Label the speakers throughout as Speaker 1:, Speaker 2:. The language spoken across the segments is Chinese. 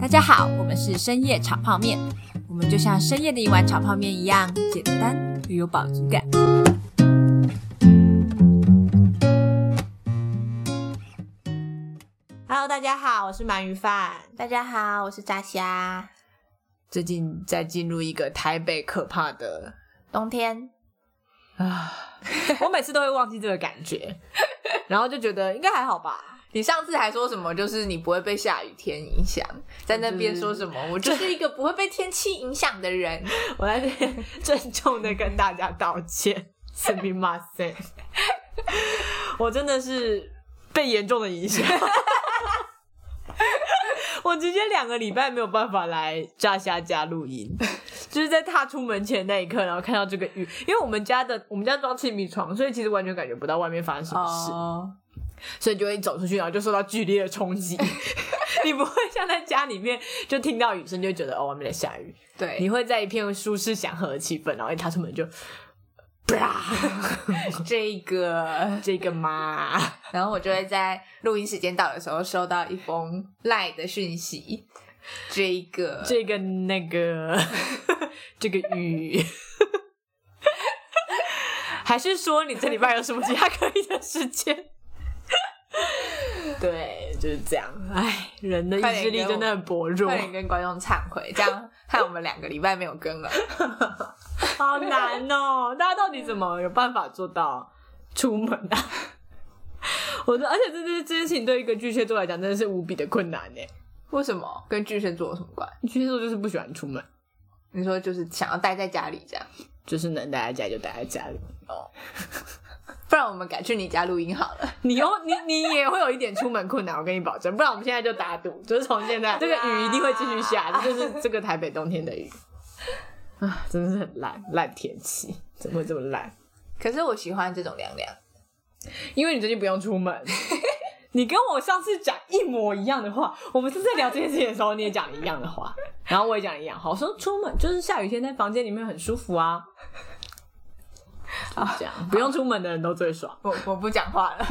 Speaker 1: 大家好，我们是深夜炒泡面，我们就像深夜的一碗炒泡面一样简单又有饱足感。
Speaker 2: Hello，大家好，我是鳗鱼饭。
Speaker 3: 大家好，我是炸虾。
Speaker 2: 最近在进入一个台北可怕的
Speaker 3: 冬天，
Speaker 2: 啊，我每次都会忘记这个感 觉，然后就觉得应该还好吧。
Speaker 3: 你上次还说什么？就是你不会被下雨天影响，在那边说什么？
Speaker 1: 嗯
Speaker 3: 我就是一个不会被天气影响的人。
Speaker 2: 我在这边郑重的跟大家道 歉，すみません。我真的是被严重的影 响，我直接两个礼拜没有办法来炸虾家录音，就是在踏出门前那一刻，然后看到这个雨，因为我们家的我们家装气密窗，所以其实完全感觉不到外面发生什么事。
Speaker 1: 哦，
Speaker 2: 所以就会走出去，然后就受到剧烈的冲击。 你不会像在家里面就听到雨声就觉得哦外面在下雨，
Speaker 3: 对
Speaker 2: 你会在一片舒适祥和的气氛，然后一踏出门就
Speaker 3: 这个，
Speaker 2: 这个 嘛，
Speaker 3: 然后我就会在录音时间到的时候收到一封赖的讯息。这个，
Speaker 2: 这个那个 这个雨， 还是说你这礼拜有什么其他可以的时间？ 对，就是这样。唉，人的意
Speaker 3: 快点
Speaker 2: 志力
Speaker 3: 给我
Speaker 2: 真的很薄弱
Speaker 3: 快，点跟观众忏悔，这样害我们两个礼拜没有更了。
Speaker 2: 好难哦！大家到底怎么有办法做到出门啊？ 我说，而且这这这件事情对一个巨蟹座来讲真的是无比的困难呢。欸
Speaker 3: 为什么？跟巨蟹座有什么关？
Speaker 2: 巨蟹座就是不喜欢出门，
Speaker 3: 你说就是想要待在家里这样，
Speaker 2: 就是能待在家就待在家里。
Speaker 3: 不然我们改去你家录音好了。
Speaker 2: 你有你你也会有一点出门困难，我跟你保证。不然我们现在就打赌，就是从现在这个雨一定会继续下，这就是这个台北冬天的雨。啊，真的是很烂烂天气，怎么会这么烂？
Speaker 3: 可是我喜欢这种凉凉。
Speaker 2: 因为你最近不用出门。 你跟我上次讲一模一样的话，我们是在聊这件事情的时候，你也讲了一样的话，然后我也讲了一样话。我说出门就是下雨天在房间里面很舒服啊，就是这样不用出门的人都最爽。
Speaker 3: 我我不讲话了。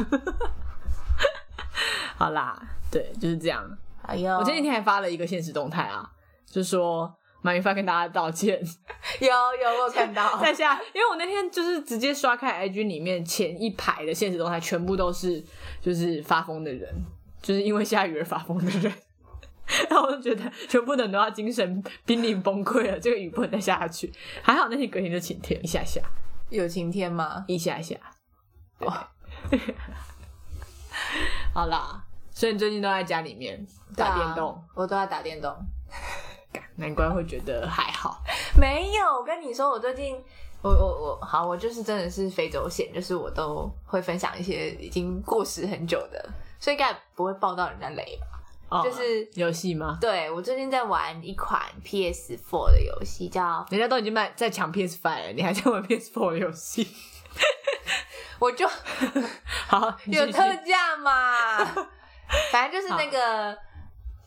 Speaker 2: 好啦，对，就是这样。
Speaker 3: 哎呦，
Speaker 2: 我
Speaker 3: 我
Speaker 2: 前几天还发了一个现实动态啊，就说马云发跟大家道歉，
Speaker 3: 有有我有看到
Speaker 2: 在下，因为我那天就是直接刷开 IG 里面前一排的现实动态，全部都是就是发疯的人，就是因为下雨而发疯的人。 然后我就觉得全部的人都要精神濒临崩溃了，这个雨不能再下去。还好那天隔天就晴天，一下下，
Speaker 3: 有晴天吗？
Speaker 2: 一下下。哇， 好啦，所以你最近都在家里面打电动，
Speaker 3: 对啊，我都在打电动。
Speaker 2: 难怪会觉得还好。
Speaker 3: 没有，我跟你说，我最近我我我好，我就是真的是非洲线，就是我都会分享一些已经过时很久的，所以应该不会爆到人家雷吧？
Speaker 2: 哦
Speaker 3: 就是
Speaker 2: 游戏吗？
Speaker 3: 对我最近在玩一款 PS4 的游戏，叫
Speaker 2: 人家都已经卖在抢 PS Five 了，你还在玩 PS Four 游戏？
Speaker 3: 我就
Speaker 2: 好， 你
Speaker 3: 有
Speaker 2: 继续
Speaker 3: 特价 嘛？反正就是那个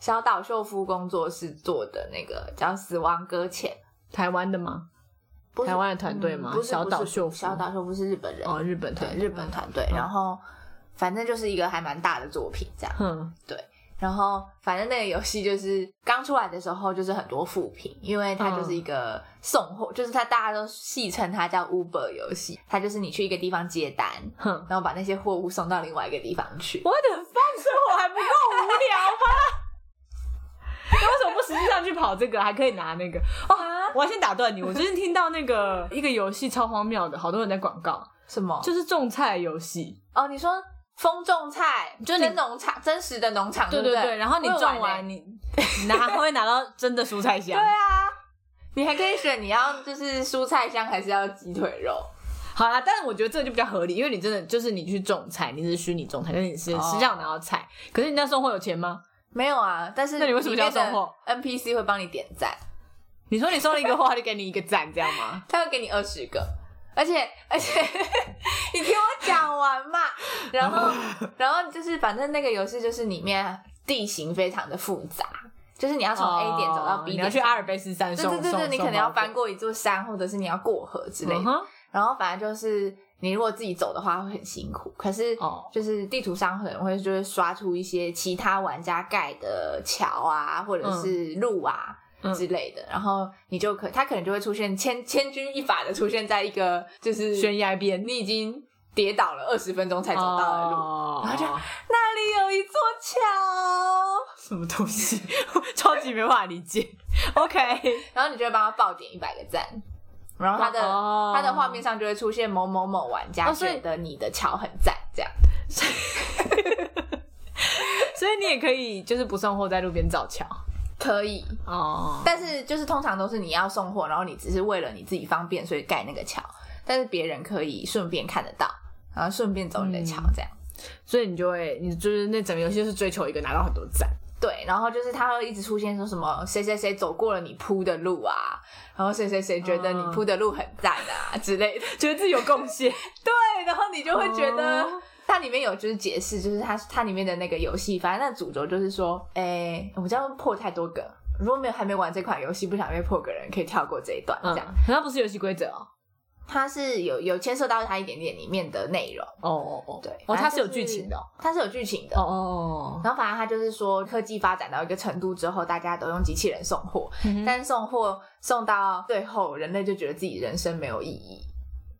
Speaker 3: 小岛秀夫工作室做的那个叫《死亡搁浅》
Speaker 2: 台湾的吗？
Speaker 3: 不是，
Speaker 2: 台湾的团队吗
Speaker 3: 嗯不是
Speaker 2: 小岛
Speaker 3: 不是
Speaker 2: 秀夫
Speaker 3: 小岛秀夫是日本人，
Speaker 2: 哦，日本团
Speaker 3: 对日本团队。
Speaker 2: 嗯
Speaker 3: 然后反正就是一个还蛮大的作品这样。
Speaker 2: 哼，
Speaker 3: 然后反正那个游戏就是刚出来的时候就是很多负评，因为它就是一个送货，就是它大家都戏称它叫 Uber 游戏，它就是你去一个地方接单，
Speaker 2: 哼，
Speaker 3: 然后把那些货物送到另外一个地方去。
Speaker 2: 我的饭生活还不够无聊吗？ 那为什么不实际上去跑这个，还可以拿那个？哦，我要先打断你，我最近听到那个一个游戏超荒谬的，好多人在广告，
Speaker 3: 什么？
Speaker 2: 就是种菜游戏。
Speaker 3: 哦，你说风种菜，
Speaker 2: 就你
Speaker 3: 真农场，真实的农场，
Speaker 2: 对
Speaker 3: 对
Speaker 2: 对
Speaker 3: 不
Speaker 2: 对，然后你
Speaker 3: 我有
Speaker 2: 种
Speaker 3: 玩
Speaker 2: 完
Speaker 3: 欸
Speaker 2: 你你拿会拿到真的蔬 菜箱
Speaker 3: 对。啊，你还可以选你要就是蔬菜香还是要鸡腿肉，
Speaker 2: 好啦，但是我觉得这个就比较合理，因为你真的就是你去种菜，你只是虚拟种菜，但是你是
Speaker 3: 哦
Speaker 2: 实际上拿到菜。可是你那送货有钱吗？
Speaker 3: 没有啊，但是
Speaker 2: 那你为什么想要送货
Speaker 3: ？NPC 会帮你点赞，
Speaker 2: 你说你送了一个货，他就给你一个赞，这样吗？
Speaker 3: 他会给你二十个，而且而且 你听我讲完嘛，然 后然后就是反正那个游戏就是里面地形非常的复杂，就是你要从 A 点走到
Speaker 2: 哦
Speaker 3: B
Speaker 2: 你
Speaker 3: 点，
Speaker 2: 要去阿尔卑斯山
Speaker 3: 对
Speaker 2: 送，
Speaker 3: 对对对，
Speaker 2: 送
Speaker 3: 你可能要翻
Speaker 2: 送
Speaker 3: 过一座山，或者是你要过河之类
Speaker 2: 包裹
Speaker 3: 的。
Speaker 2: 嗯哼
Speaker 3: 然后反正就是你如果自己走的话会很辛苦。可是
Speaker 2: 哦
Speaker 3: 就是地图上可能会就是刷出一些其他玩家盖的桥啊，或者是路啊。
Speaker 2: 嗯
Speaker 3: 之类的，然后你就可，它可能就会出现千千钧一发的出现在一个就是
Speaker 2: 悬崖边
Speaker 3: 你已经跌倒了二十分钟才走到的路，
Speaker 2: 哦
Speaker 3: 然后就那里有一座桥，
Speaker 2: 什么东西，超级没办法理解。OK，
Speaker 3: 然后你就会帮他爆点一百个赞，然后 他的、
Speaker 2: 哦
Speaker 3: 他的画面上就会出现某某某玩家
Speaker 2: 哦所以
Speaker 3: 觉得你的桥很赞，这样
Speaker 2: 所以你也可以就是不送货在路边造桥
Speaker 3: 可以。
Speaker 2: 哦。
Speaker 3: 但是就是通常都是你要送货，然后你只是为了你自己方便所以盖那个桥，但是别人可以顺便看得到，然后顺便走你的桥这样。
Speaker 2: 所以你就会，你就是那整个游戏就是追求一个拿到很多赞，
Speaker 3: 对，然后就是他会一直出现说什么谁谁谁走过了你铺的路啊，然后谁谁谁觉得你
Speaker 2: 哦
Speaker 3: 铺的路很赞啊、之类的。
Speaker 2: 觉得自己有贡献。
Speaker 3: 对，然后你就会觉得
Speaker 2: 哦
Speaker 3: 它里面有就是解释，就是它它里面的那个游戏，反正那主轴就是说，哎，我们这样破太多梗。如果没有还没玩这款游戏，不想被破梗的人，可以跳过这一段。这
Speaker 2: 嗯
Speaker 3: 样，，
Speaker 2: 可它不是游戏规则哦。
Speaker 3: 它是有有牵涉到它一点点里面的内容，
Speaker 2: 哦哦哦，
Speaker 3: 对，
Speaker 2: 哦，
Speaker 3: 反正
Speaker 2: 它是有
Speaker 3: 就
Speaker 2: 剧情的哦。，
Speaker 3: 它是有剧情的。
Speaker 2: 哦哦哦
Speaker 3: 然后反正它就是说，科技发展到一个程度之后，大家都用机器人送货，
Speaker 2: 嗯哼，
Speaker 3: 但送货送到最后，人类就觉得自己人生没有意义，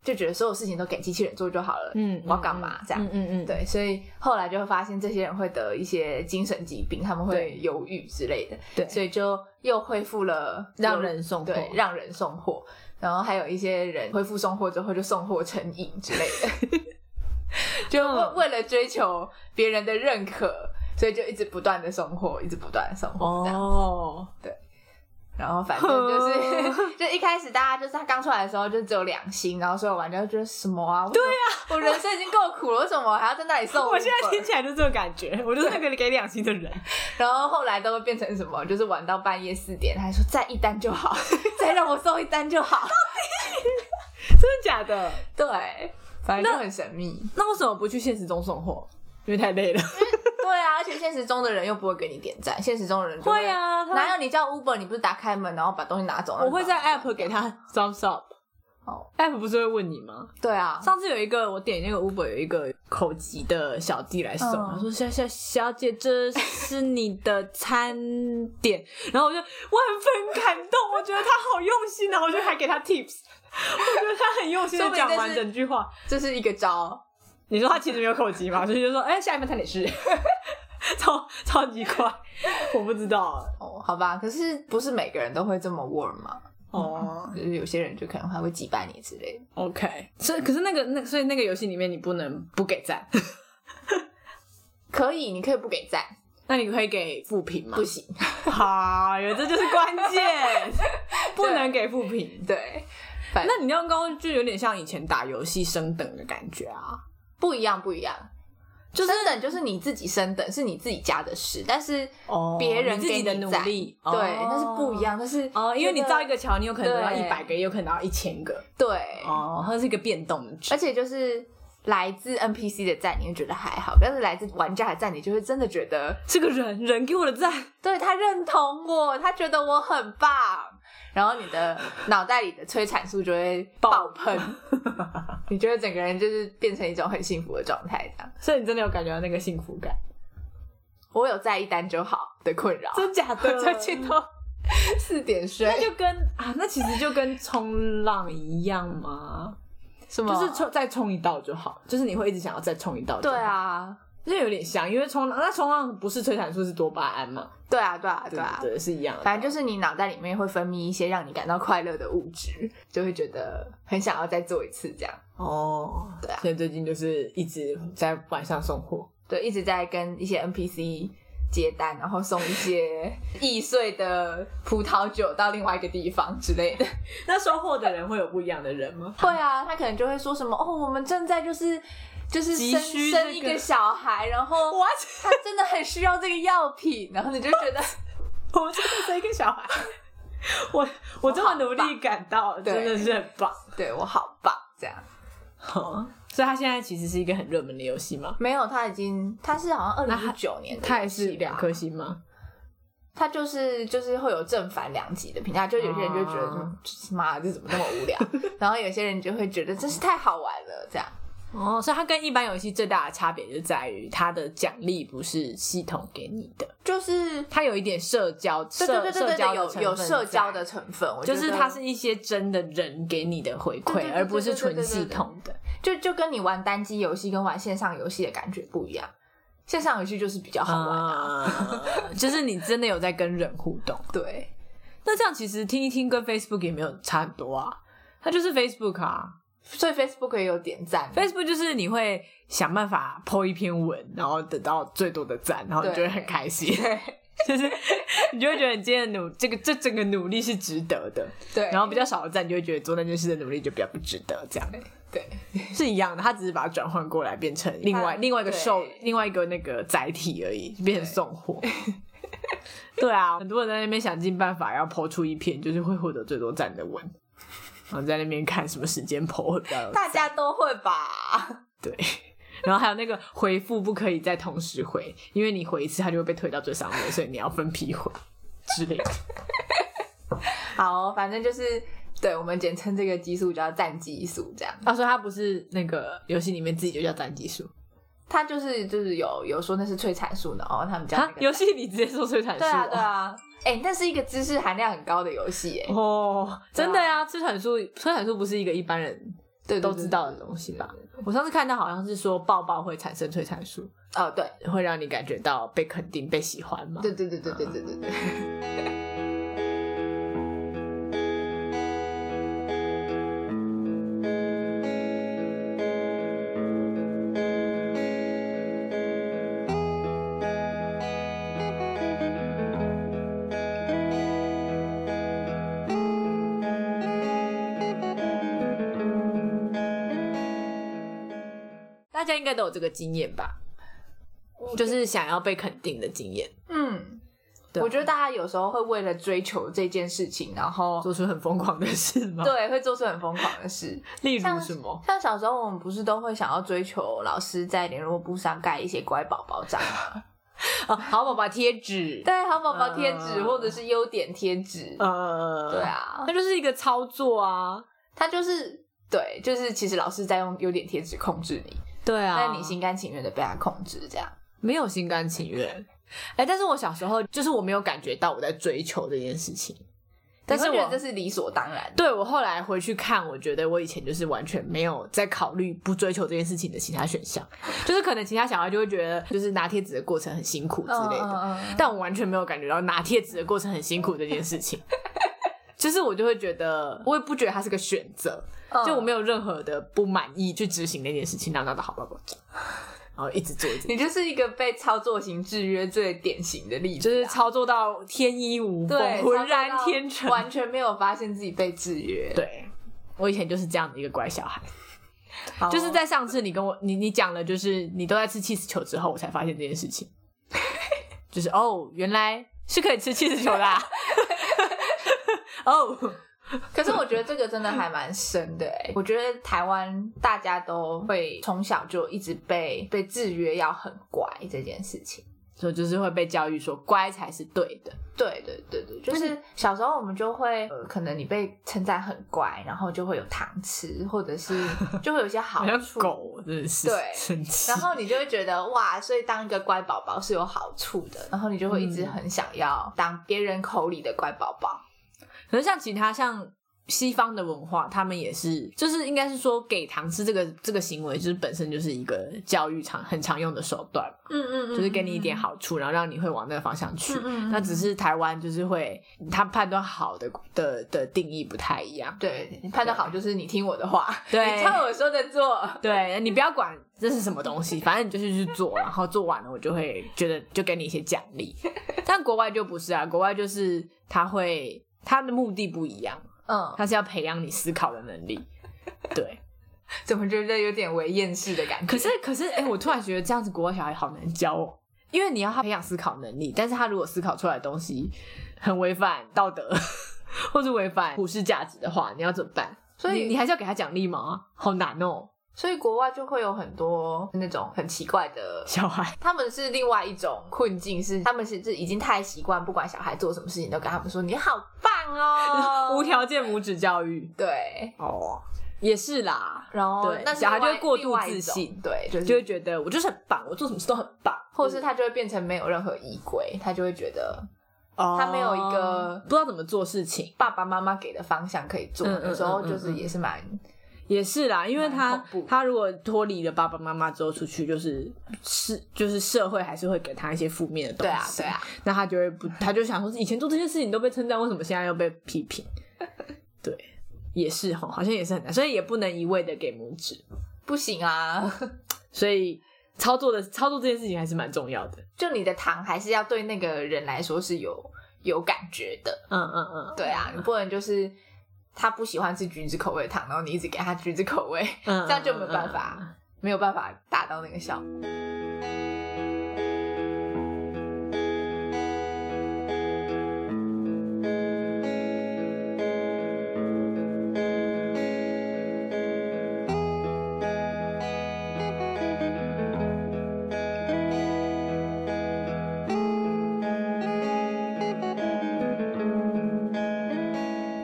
Speaker 3: 就觉得所有事情都给机器人做就好了。
Speaker 2: 嗯，
Speaker 3: 我要干嘛
Speaker 2: 嗯
Speaker 3: 这样
Speaker 2: 嗯嗯嗯，
Speaker 3: 对，所以后来就会发现这些人会得一些精神疾病，他们会
Speaker 2: 对
Speaker 3: 忧郁之类的，
Speaker 2: 对
Speaker 3: 所以就又恢复了
Speaker 2: 让人送货
Speaker 3: 对让人送货，然后还有一些人恢复送货之后就送货成瘾之类 的，就
Speaker 2: 嗯
Speaker 3: 为为了追求别人的认可，所以就一直不断的送货，一直不断的送货这样。
Speaker 2: 哦，
Speaker 3: 然后反正就是， 就一开始大家就是他刚出来的时候就只有两星，然后所有玩家就觉得什么啊？对呀、啊，我人生已经够苦了，为什么我还要在那里送 Uber？
Speaker 2: 我现在听起来就这种感觉，我就是那个给两星的人。
Speaker 3: 然后后来都会变成什么？就是玩到半夜四点，他说再一单就 好，再让我送一单就好。
Speaker 2: 真的假的？
Speaker 3: 对，反正就很神秘。
Speaker 2: 那为什么不去现实中送货？因为太累了。
Speaker 3: 对啊，而且现实中的人又不会给你点赞，现实中的人就
Speaker 2: 会 啊他们
Speaker 3: 哪有你叫 Uber，你不是打开门然后把东西拿走？
Speaker 2: 我会在 app 给他 thumbs up。
Speaker 3: 哦
Speaker 2: app 不是会问你吗？
Speaker 3: 对啊，
Speaker 2: 上次有一个我点那个 Uber 有一个口急的小弟来送，
Speaker 3: 嗯
Speaker 2: 他说小小小姐，这是你的餐点，然后我就我很 分感动，我觉得他好用心啊，我就还给他 tips，我觉得他很用心的
Speaker 3: 说不定
Speaker 2: 讲
Speaker 3: 这
Speaker 2: 完
Speaker 3: 是
Speaker 2: 整句话。
Speaker 3: 这是一个招。
Speaker 2: 你说他其实没有口急 嘛，所以就说哎、下一份餐点是， 超超级快，我不知道
Speaker 3: 哦，好吧，可是不是每个人都会这么 warm 嘛？
Speaker 2: 哦。
Speaker 3: 就是有些人就可能还会击败你之类的。
Speaker 2: OK，所以可是那个那所以那个游戏里面你不能不给赞，
Speaker 3: 可以，你可以不给赞，
Speaker 2: 那你可以给负评吗
Speaker 3: 不？行。
Speaker 2: 好，有这就是关 键，不能给负评。
Speaker 3: 对，反
Speaker 2: 那你那样刚就有点像以前打游戏升等的感觉啊。
Speaker 3: 不一样，不一样。就是升等就是你自己升等，是你自己家的事，但是
Speaker 2: 哦
Speaker 3: 别人
Speaker 2: 你自己
Speaker 3: 给
Speaker 2: 的
Speaker 3: 你
Speaker 2: 努
Speaker 3: 赞
Speaker 2: 力，
Speaker 3: 对，
Speaker 2: 哦
Speaker 3: 那是不一样，那是
Speaker 2: 哦，因为你
Speaker 3: 觉得
Speaker 2: 造一个桥，你有可能得到
Speaker 3: 对
Speaker 2: 一百个，也有可能得到一千个。哎
Speaker 3: 对，
Speaker 2: 哦，它是一个变动的值
Speaker 3: 而。且就是来自 NPC 的赞，你会觉得还好，但是来自玩家的赞，你就会真的觉得
Speaker 2: 这个人人给我的赞，
Speaker 3: 对他认同我，他觉得我很棒，然后你的脑袋里的催产素就会爆棚， 你觉得整个人就是变成一种很幸福的状态。这样，
Speaker 2: 所以你真的有感觉到那个幸福感，
Speaker 3: 我有在一单就好的困扰，
Speaker 2: 真假 的？
Speaker 3: 最近都四点睡
Speaker 2: 那，就跟啊，那其实就跟冲浪一样嘛，
Speaker 3: 什么？
Speaker 2: 就是冲再冲一道就好，就是你会一直想要再冲一道。
Speaker 3: 对，啊，
Speaker 2: 那有点像，因为冲浪那冲浪不是催产素是多巴胺嘛？
Speaker 3: 对啊，对啊，对
Speaker 2: 对
Speaker 3: 啊。
Speaker 2: 对，是一样的。
Speaker 3: 反正就是你脑袋里面会分泌一些让你感到快乐的物质，就会觉得很想要再做一次这样。
Speaker 2: 哦，
Speaker 3: 对啊
Speaker 2: 所以最近就是一直在晚上送货，
Speaker 3: 对，一直在跟一些 NPC 接单，然后送一 些易碎的葡萄酒到另外一个地方之类的。
Speaker 2: 那收货的人会有不一样的人吗？
Speaker 3: 会啊，他可能就会说什么哦，我们正在就是就是
Speaker 2: 急
Speaker 3: 生
Speaker 2: 需
Speaker 3: 生
Speaker 2: 这
Speaker 3: 一
Speaker 2: 个
Speaker 3: 个小孩，然 后
Speaker 2: What？
Speaker 3: 他真的很需要这个药品，然后你就觉得
Speaker 2: 我们真的是一个小孩， 我我这么努力感到
Speaker 3: 对
Speaker 2: 真的是很棒。
Speaker 3: 对我好棒这样。
Speaker 2: 所以它现在其实是一个很热门的游戏嘛，
Speaker 3: 没有，他已经他是好像二
Speaker 2: 那
Speaker 3: 零
Speaker 2: 他
Speaker 3: 一九年的游戏吧，
Speaker 2: 它也是两颗星吗？
Speaker 3: 它就是就是会有正反两极的评价，就有些人就觉得
Speaker 2: 啊
Speaker 3: 说妈这怎么那么无聊， 然后有些人就会觉得真是太好玩了这样。
Speaker 2: 哦，所以它跟一般游戏最大的差别就在于它的奖励不是系统给你的，
Speaker 3: 就是
Speaker 2: 它有一点社交，
Speaker 3: 对对对
Speaker 2: 社
Speaker 3: 对
Speaker 2: 社交
Speaker 3: 对，
Speaker 2: 的
Speaker 3: 有
Speaker 2: 成
Speaker 3: 有
Speaker 2: 分
Speaker 3: 社交
Speaker 2: 在
Speaker 3: 的成分，我觉
Speaker 2: 就
Speaker 3: 得
Speaker 2: 是它是一些真的人给你的回
Speaker 3: 对对对
Speaker 2: 馈，
Speaker 3: 对
Speaker 2: 而不是
Speaker 3: 对对
Speaker 2: 纯
Speaker 3: 对
Speaker 2: 系
Speaker 3: 对对
Speaker 2: 统的。
Speaker 3: 就就跟你玩单机游戏跟玩线上游戏的感觉不一样，线上游戏就是比较好玩啊，
Speaker 2: 啊，就是你真的有在跟人互动。
Speaker 3: 对。
Speaker 2: 那这样其实听一听跟 Facebook 也没有差很多啊，它就是 Facebook 啊
Speaker 3: 所以 Facebook 也有点赞，
Speaker 2: ，Facebook 就是你会想办法 po 一篇文，然后得到最多的赞，然后你就
Speaker 3: 对
Speaker 2: 会很开心，
Speaker 3: 对
Speaker 2: 就是你就会觉得你今天的努这个这整个努力是值得的，
Speaker 3: 对，
Speaker 2: 然后比较少的赞，你就会觉得做那件事的努力就比较不值得，这样
Speaker 3: 对
Speaker 2: 是一样的，它只是把它转换过来变成另
Speaker 3: 它
Speaker 2: 外另外一个
Speaker 3: 对
Speaker 2: 受另外一个那个载体而已，变成 送货。对啊，很多人在那边想尽办法要抛出一篇就是会获得最多赞的文，然后在那边看什么时间抛会比较有
Speaker 3: 大家都会吧？
Speaker 2: 对。然后还有那个回复不可以再同时回，因为你回一次它就会被推到最上面，所以你要分批回之类的。
Speaker 3: 好，反正就是对我们简称这个激素叫赞激素，这样
Speaker 2: 他说他不是那个游戏里面自己就叫单技术
Speaker 3: 它就是就是有有说那是催产素的哦，他们叫那
Speaker 2: 啊
Speaker 3: 个，赞
Speaker 2: 游戏里直接说催产素、
Speaker 3: 对啊
Speaker 2: 哦。
Speaker 3: 对啊，哎、那是一个知识含量很高的游戏耶，
Speaker 2: 哦，真的呀，催产素，催产素不是一个一般人
Speaker 3: 对
Speaker 2: 都知道的东西吧？我上次看到好像是说抱抱会产生催产素，
Speaker 3: 哦，对
Speaker 2: 会让你感觉到被肯定、被喜欢嘛？
Speaker 3: 对对对对对对对对，
Speaker 2: 大家应该都有这个经验吧？就是想要被肯定的经验，
Speaker 3: 嗯。
Speaker 2: 对啊
Speaker 3: 我觉得大家有时候会为了追求这件事情，然后
Speaker 2: 做出很疯狂的事吗？，
Speaker 3: 对会做出很疯狂的事，
Speaker 2: 例如
Speaker 3: 像
Speaker 2: 什么？
Speaker 3: 像小时候我们不是都会想要追求老师在联络簿上盖一些乖宝宝章吗，
Speaker 2: 哦，好宝宝贴纸，
Speaker 3: 对，好宝宝贴纸
Speaker 2: 嗯
Speaker 3: 或者是优点贴纸，
Speaker 2: 呃，
Speaker 3: 对，啊，
Speaker 2: 它就是一个操作啊，
Speaker 3: 它就是对，就是其实老师在用优点贴纸控制你，
Speaker 2: 对啊，
Speaker 3: 但你心甘情愿的被他控制，这样
Speaker 2: 没有心甘情愿。哎，但是我小时候就是我没有感觉到我在追求这件事情，但是
Speaker 3: 你会觉
Speaker 2: 我
Speaker 3: 得这是理所当然的，
Speaker 2: 对我后来回去看，我觉得我以前就是完全没有在考虑不追求这件事情的其他选项，就是可能其他小孩就会觉得就是拿贴纸的过程很辛苦之类的，
Speaker 3: 嗯嗯嗯
Speaker 2: 但我完全没有感觉到拿贴纸的过程很辛苦这件事情。 就是我就会觉得，我也不觉得它是个选择，
Speaker 3: 嗯
Speaker 2: 就我没有任何的不满意去执行那件事情，然后拿到好报告，然后一直做一直做
Speaker 3: 你就是一个被操作型制约最典型的例子啊，
Speaker 2: 就是操作到天衣无缝
Speaker 3: 对，，
Speaker 2: 浑然
Speaker 3: 操作到
Speaker 2: 天成。
Speaker 3: 完全没有发现自己被制约，
Speaker 2: 对，我以前就是这样的一个乖小孩，
Speaker 3: 哦好，
Speaker 2: 就是在上次你跟我你你讲了，就是你都在吃 cheese 球之后，我才发现这件事情， 就是哦，原来是可以吃 cheese 球 的、啊，哦，
Speaker 3: 可是我觉得这个真的还蛮深的哎、我觉得台湾大家都会从小就一直被被制约要很乖这件事情。
Speaker 2: 所以就是会被教育说乖才是对的，
Speaker 3: 对对对对，就是小时候我们就会，呃、可能你被称赞很乖，然后就会有糖吃，或者 是就会有一些好
Speaker 2: 好像
Speaker 3: 处。
Speaker 2: 狗真的是
Speaker 3: 对
Speaker 2: 生气
Speaker 3: 然。后你就会觉得哇，所以当一个乖宝宝是有好处的，然后你就会一直很想要当别人口里的乖宝宝。
Speaker 2: 可是像其他像西方的文化，他们也是，就是应该是说给糖吃这个这个行为，就是本身就是一个教育常很常用的手段，
Speaker 3: 嗯嗯
Speaker 2: 就是给你一点好处，然后让你会往那个方向去。
Speaker 3: 嗯嗯
Speaker 2: 那只是台湾就是会，他判断好的的的定义不太一样。
Speaker 3: 对，你判断好就是你听我的话，
Speaker 2: 对
Speaker 3: 你照我说的 做。
Speaker 2: 对你不要管这是什么东西，反正你就是去做，然后做完了我就会觉得就给你一些奖 励。但国外就不是啊，国外就是他会他的目的不一样，
Speaker 3: 嗯，
Speaker 2: 他是要培养你思考的能力。对，
Speaker 3: 怎么觉得有点为厌世的感觉？
Speaker 2: 可是可是，哎、我突然觉得这样子国外小孩好难教哦，因为你要他培养思考能力，但是他如果思考出来的东西很违反道德，或是违反普世价值的话，你要怎么办？
Speaker 3: 所以
Speaker 2: 你你还是要给他奖励吗？好难哦。
Speaker 3: 所以国外就会有很多那种很奇怪的
Speaker 2: 小孩
Speaker 3: 他们是另外一种困境，是他们是是已经太习惯，不管小孩做什么事情都跟他们说你好棒
Speaker 2: 无
Speaker 3: 哦，
Speaker 2: 条件母子教育
Speaker 3: 对，
Speaker 2: 哦，也是啦，
Speaker 3: 然后
Speaker 2: 对
Speaker 3: 那是
Speaker 2: 小孩
Speaker 3: 另外
Speaker 2: 就会过度
Speaker 3: 另外一
Speaker 2: 自信
Speaker 3: 种对，就是
Speaker 2: 就会觉得我就是很棒，我做什么事都很棒，
Speaker 3: 或者是他就会变成没有任何依归，他就会觉得
Speaker 2: 哦
Speaker 3: 他没有一个
Speaker 2: 不知道怎么做事情，
Speaker 3: 爸爸妈妈给的方向可以做，
Speaker 2: 嗯嗯
Speaker 3: 有时候
Speaker 2: 嗯嗯
Speaker 3: 就是也是蛮
Speaker 2: 也是啦，因为他
Speaker 3: 蛮恐怖
Speaker 2: 他如果脱离了爸爸妈妈之后出去，就是是就是社会还是会给他一些负面的东
Speaker 3: 对啊
Speaker 2: 西，
Speaker 3: 对啊，
Speaker 2: 那他就会不，他就想说以前做这些事情都被称赞，为什么现在又被批评？对，也是哈，好像也是很难，所以也不能一味的给拇指，
Speaker 3: 不行啊，
Speaker 2: 所以操作的操作这件事情还是蛮重要的，
Speaker 3: 就你的糖还是要对那个人来说是有有感觉的，
Speaker 2: 嗯嗯嗯，
Speaker 3: 对啊，你不能就是他不喜欢吃橘子口味的糖，然后你一直给他橘子口味，
Speaker 2: 嗯，
Speaker 3: 这样就没有办法，没有办法达到那个效果。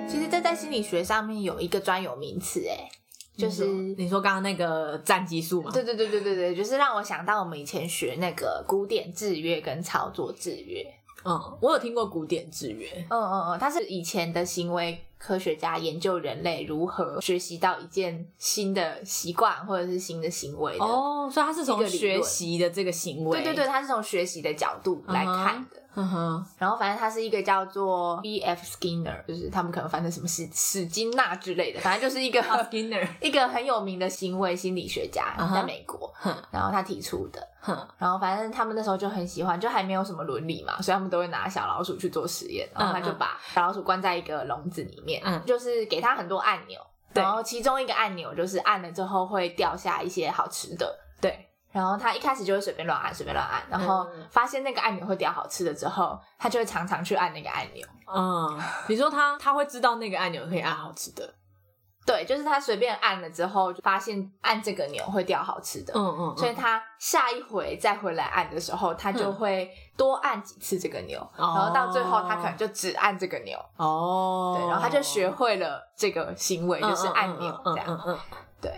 Speaker 3: 其实这在心理学上面有一个专有名词，哎，就是
Speaker 2: 你说刚刚那个占激素嘛，
Speaker 3: 对对对对对对，就是让我想到我们以前学那个古典制约跟操作制约。
Speaker 2: 嗯，我有听过古典制约，
Speaker 3: 嗯嗯嗯，它是以前的行为科学家研究人类如何学习到一件新的习惯或者是新的行为的。，
Speaker 2: 哦，所以他是
Speaker 3: 一个
Speaker 2: 从
Speaker 3: 理论
Speaker 2: 学习的这个行为，
Speaker 3: 对对对，，它是从学习的角度来看的。
Speaker 2: 嗯哼，
Speaker 3: 然后反正它是一个叫做 B. F. Skinner，就是他们可能翻成什么史史金纳之类的，反正就是一个
Speaker 2: Skinner，
Speaker 3: 一个很有名的行为心理学家
Speaker 2: 嗯哼
Speaker 3: 在美国
Speaker 2: 哼
Speaker 3: 然后他提出的，
Speaker 2: 哼，
Speaker 3: 然后反正他们那时候就很喜欢，就还没有什么伦理嘛，所以他们都会拿小老鼠去做实验，然后他就把小老鼠关在一个笼子里面，
Speaker 2: 嗯
Speaker 3: 就是给它很多按钮，
Speaker 2: 对
Speaker 3: 然后其中一个按钮就是按了之后会掉下一些好吃的。
Speaker 2: 对，
Speaker 3: 然后他一开始就会随便乱按，随便乱按，然后
Speaker 2: 嗯
Speaker 3: 发现那个按钮会掉好吃的之后，他就会常常去按那个按钮。
Speaker 2: 嗯，你说他他会知道那个按钮可以按好吃的，
Speaker 3: 对，就是他随便按了之后，就发现按这个钮会掉好吃的，
Speaker 2: 嗯
Speaker 3: 所以他下一回再回来按的时候，他就会多按几次这个钮，然后到最后他可能就只按这个钮，
Speaker 2: 哦，
Speaker 3: 对，然后他就学会了这个行为，
Speaker 2: 嗯，
Speaker 3: 就是按钮这样，
Speaker 2: 嗯嗯嗯
Speaker 3: 对。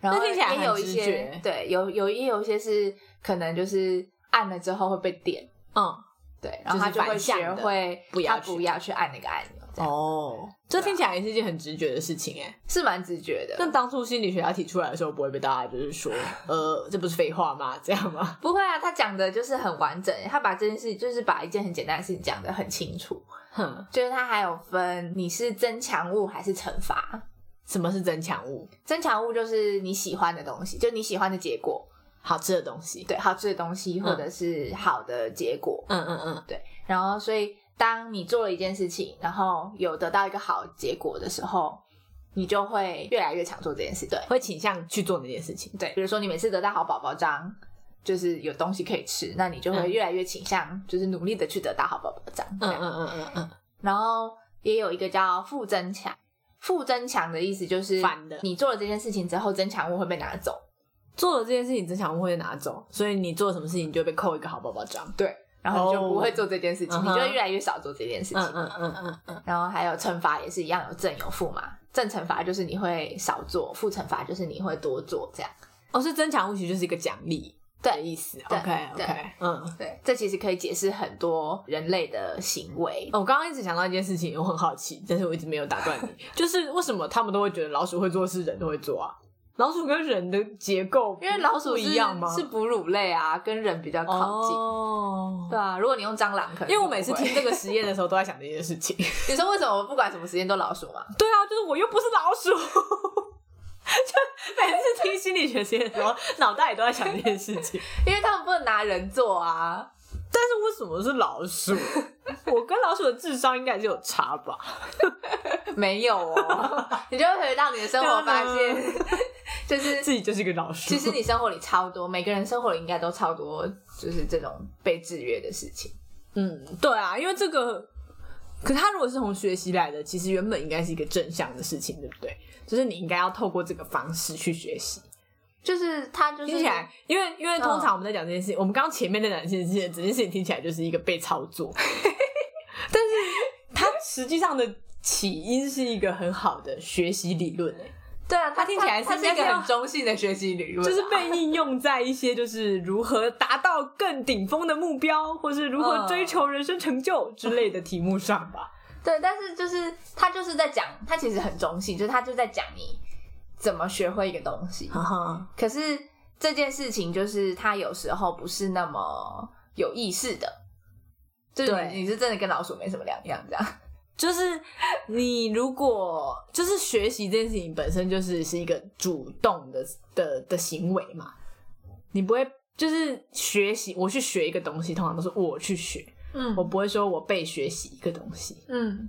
Speaker 3: 然后
Speaker 2: 那听起来很
Speaker 3: 也有一
Speaker 2: 直
Speaker 3: 些
Speaker 2: 觉，
Speaker 3: 对，有有也有一些是可能就是按了之后会被电，
Speaker 2: 嗯，
Speaker 3: 对，然后他就会
Speaker 2: 反向
Speaker 3: 学
Speaker 2: 的
Speaker 3: 会
Speaker 2: 不要
Speaker 3: 他
Speaker 2: 去
Speaker 3: 不要去按那个按钮，这
Speaker 2: 嗯
Speaker 3: 样、
Speaker 2: 哦，这听起来也是一件很直觉的事情哎。
Speaker 3: 是蛮直觉的。
Speaker 2: 但当初心理学家提出来的时候，不会被大家就 是说，呃，这不是废话吗？这样吗？
Speaker 3: 不会啊，他讲的就是很完整，他把这件事就是把一件很简单的事情讲得很清楚，
Speaker 2: 哼，
Speaker 3: 就是它还有分你是增强物还是惩罚。
Speaker 2: 什么是增强物？
Speaker 3: 增强物就是你喜欢的东西，就你喜欢的结果，
Speaker 2: 好吃的东西。
Speaker 3: 对，好吃的东西或者是好的结果，
Speaker 2: 嗯嗯嗯，
Speaker 3: 对。然后，所以当你做了一件事情，然后有得到一个好结果的时候，你就会越来越常做这件事。对，
Speaker 2: 会倾向去做那件事情。
Speaker 3: 对，比如说你每次得到好宝宝章，就是有东西可以吃，那你就会
Speaker 2: 嗯
Speaker 3: 越来越倾向就是努力的去得到好宝宝章。
Speaker 2: 嗯
Speaker 3: 这样
Speaker 2: 嗯嗯嗯嗯
Speaker 3: 然后也有一个叫负增强。负增强的意思就是
Speaker 2: 反的
Speaker 3: 你做了这件事情之后，增强物会被拿走。
Speaker 2: 做了这件事情，增强物会拿走，所以你做什么事情就会被扣一个好宝宝章。
Speaker 3: 对，然后你就
Speaker 2: 哦
Speaker 3: 不会做这件事情，
Speaker 2: 嗯
Speaker 3: 你
Speaker 2: 哼
Speaker 3: 就会越来越少做这件事情。
Speaker 2: 嗯嗯嗯嗯嗯，
Speaker 3: 然后还有惩罚也是一样，有正有负嘛。正惩罚就是你会少做，负惩罚就是你会多做，这样。
Speaker 2: 哦，所以增强物其实就是一个奖励的
Speaker 3: 对
Speaker 2: 意思。OK
Speaker 3: 对
Speaker 2: OK，嗯。
Speaker 3: 对，这其实可以解释很多人类的行为。
Speaker 2: 哦我刚刚一直想到一件事情，我很好奇，但是我一直没有打断 你。就是为什么他们都会觉得老鼠会做的事，人都会做啊？老鼠跟人的结构，
Speaker 3: 因为老鼠
Speaker 2: 不
Speaker 3: 是
Speaker 2: 一样吗？
Speaker 3: 是哺乳类啊，跟人比较靠近。
Speaker 2: 哦
Speaker 3: 对啊，如果你用蟑螂，可能
Speaker 2: 因为我每次
Speaker 3: 就不会
Speaker 2: 听这个实验的时候，都在想这件事情。
Speaker 3: 你说为什么不管什么时间都老鼠吗？
Speaker 2: 对啊，就是我又不是老鼠， 就每次听心理学实验的时候，脑袋里都在想这件事情。
Speaker 3: 因为他们不能拿人做啊。
Speaker 2: 但是为什么是老鼠？ 我跟老鼠的智商应该是有差吧？
Speaker 3: 没有哦，你就会回到你的生活，发现 就是
Speaker 2: 啊自己就是一个老鼠。
Speaker 3: 其 实你生活里超多，每个人生活里应该都超多，就是这种被制约的事情。
Speaker 2: 嗯，对啊，因为这个，可是他如果是从学习来的，其实原本应该是一个正向的事情，对不对？就是你应该要透过这个方式去学习，
Speaker 3: 就是他就是
Speaker 2: 听起来，因为因为通常我们在讲这件事情，我们刚刚前面在讲这件事情，整件事情听起来就是一个被操 作，但是它实际上的起因是一个很好的学习理论、欸，
Speaker 3: 对啊，
Speaker 2: 它听起来
Speaker 3: 它
Speaker 2: 是
Speaker 3: 是一
Speaker 2: 那个
Speaker 3: 个很中性的学习理论啊，
Speaker 2: 就是被应用在一些就是如何达到更顶峰的目标，或是如何追求人生成就之类的题目上吧。
Speaker 3: 对，但是就是他就是在讲，他其实很中性，就是他就在讲你怎么学会一个东西。
Speaker 2: 哈，
Speaker 3: 可是这件事情就是他有时候不是那么有意识的，就是
Speaker 2: 对
Speaker 3: 你你是真的跟老鼠没什么两样，这样。
Speaker 2: 就是你如果就是学习这件事情本身就是是一个主动的的的行为嘛，你不会就是学习我去学一个东西，通常都是我去学，
Speaker 3: 嗯
Speaker 2: 我不会说我被学习一个东西。
Speaker 3: 嗯，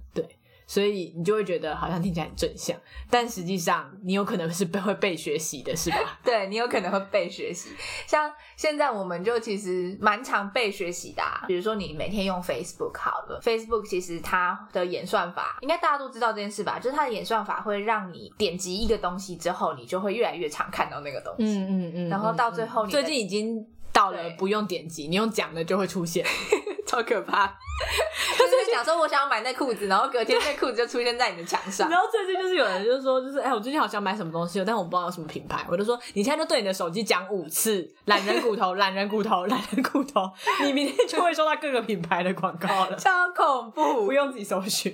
Speaker 2: 所以你就会觉得好像听起来很正向，但实际上你有可能是被会被学习的，是吧？
Speaker 3: 对你有可能会被学习，像现在我们就其实蛮常被学习的、啊，比如说你每天用 Facebook 好了，Facebook 其实它的演算法，应该大家都知道这件事吧？就是它的演算法会让你点击一个东西之后，你就会越来越常看到那个东西。
Speaker 2: 嗯嗯嗯
Speaker 3: 然后到最后你的
Speaker 2: 最近已经到了
Speaker 3: 对
Speaker 2: 不用点击，你用讲的就会 出现，超可怕。
Speaker 3: 就是 讲说我想要买那裤子，然后隔天那裤子就出现在你的墙上。，
Speaker 2: 然后最近就是有人就说，就是哎、我最近好想买什么东西哦，但我不知道有什么品牌，我就说你现在就对你的手机讲五次“懒人骨头，懒人骨头，懒人骨头”，你明天就会收到各个品牌的广告了
Speaker 3: 超恐
Speaker 2: 不
Speaker 3: 怖，
Speaker 2: 用自己搜寻。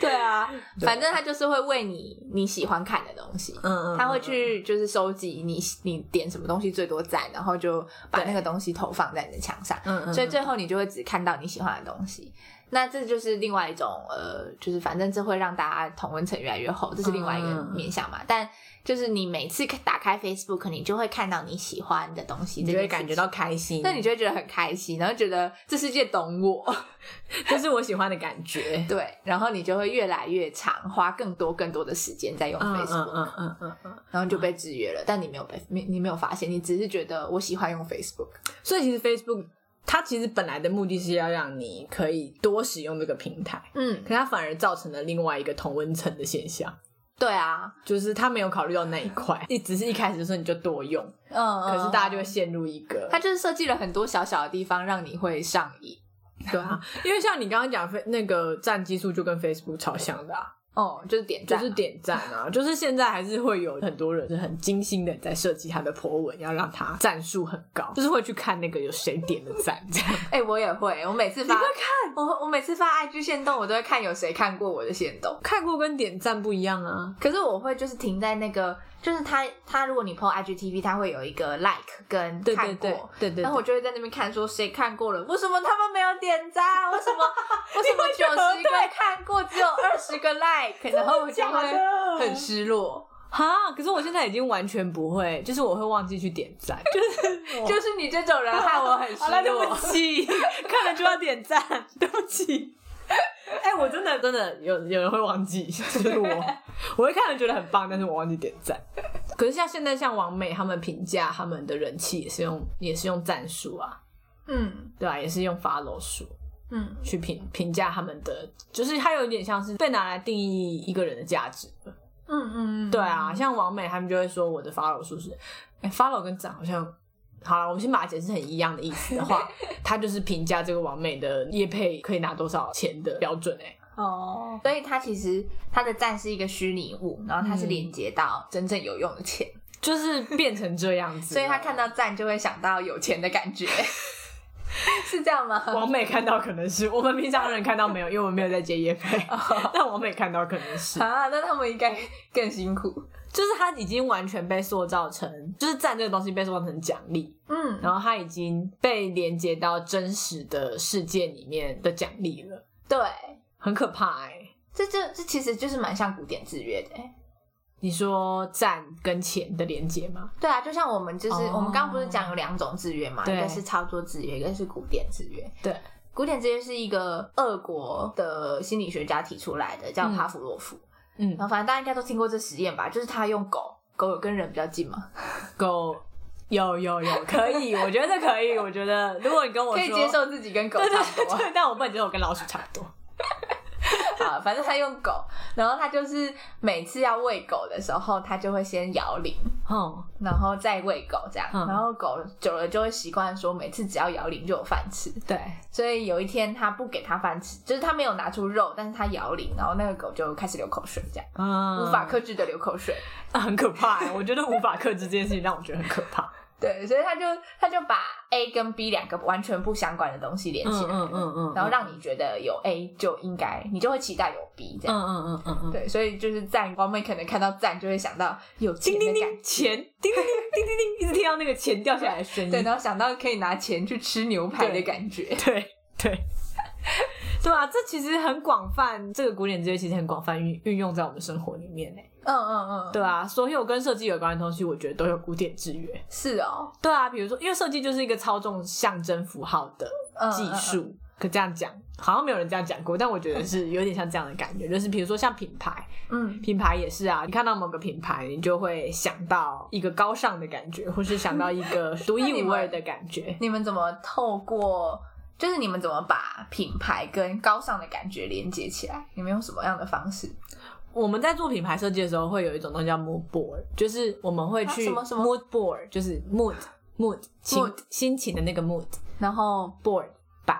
Speaker 3: 对啊，反正他就是会为你你喜欢看的东西，
Speaker 2: 嗯嗯
Speaker 3: 他会去就是收集你你点什么东西最多赞，然后就把
Speaker 2: 对
Speaker 3: 那个东西投放在你的墙上，
Speaker 2: 嗯嗯
Speaker 3: 所以最后你就会只看到你喜欢的东西。那这就是另外一种呃，就是反正这会让大家同温层越来越厚，这是另外一个
Speaker 2: 嗯嗯嗯
Speaker 3: 面向嘛。但就是你每次打开 Facebook，你就会看到你喜欢的东西，
Speaker 2: 你
Speaker 3: 这件
Speaker 2: 就会
Speaker 3: 事
Speaker 2: 感觉
Speaker 3: 情
Speaker 2: 到开心，
Speaker 3: 那你就会觉得很开心，然后觉得这世界懂我，
Speaker 2: 这是我喜欢的感觉。
Speaker 3: 对，然后你就会越来越长，花更多更多的时间在用
Speaker 2: 嗯嗯
Speaker 3: Facebook，、
Speaker 2: 嗯嗯嗯嗯。
Speaker 3: 然后你就被制约了，但你没有被你你没有发现，你只是觉得我喜欢用 Facebook，
Speaker 2: 所以其实 Facebook 它其实本来的目的是要让你可以多使用这个平台，
Speaker 3: 嗯，
Speaker 2: 可它反而造成了另外一个同温层的现象，
Speaker 3: 对啊，
Speaker 2: 就是它没有考虑到那一块，你只是一开始就说你就多用，
Speaker 3: 嗯，
Speaker 2: 可是大家就会陷入一个
Speaker 3: 他就是设计了很多小小的地方让你会上瘾，
Speaker 2: 对啊，因为像你刚刚讲非那个占基数就跟 Facebook 超像的、啊，
Speaker 3: 哦、就是点
Speaker 2: 就
Speaker 3: 赞嘛，
Speaker 2: 是点赞啊， 就是现在还是会有很多人是很精心的在设计他的 po 文，要让他赞数很高，就是会去看那个有谁点的赞这样。
Speaker 3: 哎、我也会，我每次发
Speaker 2: 你会
Speaker 3: 看我我每次发 IG 限动，我都会看有谁看过我的限动。
Speaker 2: 看过跟点赞不一样 啊，
Speaker 3: 可是我会就是停在那个，就是他他如果你 PO IGTV，他会有一个 like 跟
Speaker 2: 对
Speaker 3: 看
Speaker 2: 对
Speaker 3: 过，
Speaker 2: 对对对对
Speaker 3: 然后我就会在那边看说谁看过了，为什么他们没有点赞？为什 么为什么
Speaker 2: 会去
Speaker 3: 九
Speaker 2: 核
Speaker 3: 十个
Speaker 2: 对
Speaker 3: 看过只有二十个 like？然后我就
Speaker 2: 假
Speaker 3: 会
Speaker 2: 的
Speaker 3: 很失落。
Speaker 2: 哈，可是我现在已经完全不会，就是我会忘记去点赞， 就是就
Speaker 3: 就是你这种人害我很失
Speaker 2: 好了，对
Speaker 3: 落
Speaker 2: 不。起，看了就要点赞，对不起。哎、我真的真的有有人会忘记，就是 我，我会看了觉得很棒，但是我忘记点赞。可是像现在像王美他们评价他们的人气也是用也是用赞数啊，
Speaker 3: 嗯
Speaker 2: 对吧、也是用 follow 数
Speaker 3: 嗯，
Speaker 2: 去评评价他们的，就是它有点像是被拿来定义一个人的价值。
Speaker 3: 嗯嗯嗯，
Speaker 2: 对啊，像王美他们就会说我的 follow 数是，哎、f o l l o w 跟赞好像，好了，我们先把它解释成一样的意思的 话，他就是评价这个王美的业配可以拿多少钱的标准哎、
Speaker 3: 哦，所以它其实它的赞是一个虚拟物，然后
Speaker 2: 嗯
Speaker 3: 它是连接到真正有用的钱，
Speaker 2: 就是变成这样 子了。
Speaker 3: 所以他看到赞就会想到有钱的感 觉， 是这样吗？
Speaker 2: 王美看到可能是我们平常人看到没有，因为我们没有在接业配，
Speaker 3: 哦
Speaker 2: 但王美看到可能是，嗯
Speaker 3: 啊，那他们应该更辛苦。
Speaker 2: 就是他已经完全被塑造成，就是赞这个东西被塑造成奖励，
Speaker 3: 嗯，
Speaker 2: 然后他已经被连接到真实的世界里面的奖励了，
Speaker 3: 对，
Speaker 2: 很可怕哎、
Speaker 3: 这这这其实就是蛮像古典制约的欸、
Speaker 2: 你说赞跟钱的连接吗？
Speaker 3: 对啊，就像我们就是、
Speaker 2: 哦
Speaker 3: 我们刚刚不是讲有两种制约嘛，一
Speaker 2: 对
Speaker 3: 个是操作制约，一个是古典制约。
Speaker 2: 对，
Speaker 3: 古典制约是一个俄国的心理学家提出来的，叫
Speaker 2: 嗯
Speaker 3: 帕夫洛夫。
Speaker 2: 嗯
Speaker 3: 然，后反正大家应该都听过这实验吧，就是他用狗，狗有跟人比较近嘛，
Speaker 2: 狗有有有，可 以，我觉得可以，我觉得如果你跟我
Speaker 3: 可
Speaker 2: 说
Speaker 3: 以接，受自己跟狗
Speaker 2: 对
Speaker 3: 差
Speaker 2: 对
Speaker 3: 不多。
Speaker 2: 对，但我不能接受我跟老鼠差不多。
Speaker 3: 啊，反正他用狗，然后他就是每次要喂狗的时候，他就会先摇铃，
Speaker 1: 哦，
Speaker 3: 然后再喂狗这样，
Speaker 1: 嗯
Speaker 3: 然后狗久了就会习惯说，每次只要摇铃就有饭吃。
Speaker 1: 对，
Speaker 3: 所以有一天他不给它饭吃，就是他没有拿出肉，但是他摇铃，然后那个狗就开始流口水，这样
Speaker 1: 嗯，
Speaker 3: 无法克制的流口水。
Speaker 2: 啊很可怕欸。我觉得无法克制这件事情让我觉得很可 怕。
Speaker 3: 对，所以他就他就把 A 跟 B 两个完全不相关的东西连
Speaker 1: 嗯
Speaker 3: 起来，
Speaker 1: 嗯嗯嗯，
Speaker 3: 然后让你觉得有 A 就应该，你就会期待有 B 这
Speaker 1: 嗯
Speaker 3: 样。
Speaker 1: 嗯嗯嗯嗯，
Speaker 3: 对，所以就是赞，王美可能看到赞就会想到有钱
Speaker 2: 叮
Speaker 3: 的
Speaker 2: 叮
Speaker 3: 感
Speaker 2: 叮，钱，叮叮叮，叮叮叮，一直听到那个钱掉下来的声音。
Speaker 3: 对，然后想到可以拿钱去吃牛排的
Speaker 2: 对
Speaker 3: 感觉。
Speaker 2: 对对 对啊，这其实很广泛，这个古典之约其实很广泛运运用在我们生活里面欸呢。
Speaker 3: 嗯嗯嗯，
Speaker 2: 对啊，所有跟设计有关的东西，我觉得都有古典制约。
Speaker 3: 是哦，
Speaker 2: 对啊，比如说，因为设计就是一个操纵象征符号的
Speaker 3: 嗯
Speaker 2: 技
Speaker 3: 嗯嗯
Speaker 2: 术。可这样讲，好像没有人这样讲过，但我觉得是有点像这样的 感觉，就是比如说像品牌，
Speaker 3: 嗯
Speaker 2: 品牌也是啊，你看到某个品牌，你就会想到一个高尚的感觉，或是想到一 个独
Speaker 3: 那你
Speaker 2: 一无
Speaker 3: 们
Speaker 2: 二的感觉。
Speaker 3: 你们怎么透过，就是你们怎么把品牌跟高尚的感觉连接起来？你们用什么样的方式？
Speaker 2: 我们在做品牌设计的时候，会有一种东西叫 mood board，就是我们会
Speaker 3: 啊
Speaker 2: 去
Speaker 3: 什么什么
Speaker 2: mood board，就是 mood mood 情
Speaker 3: Mood
Speaker 2: 心情的那个 mood
Speaker 3: 然后
Speaker 2: board 版，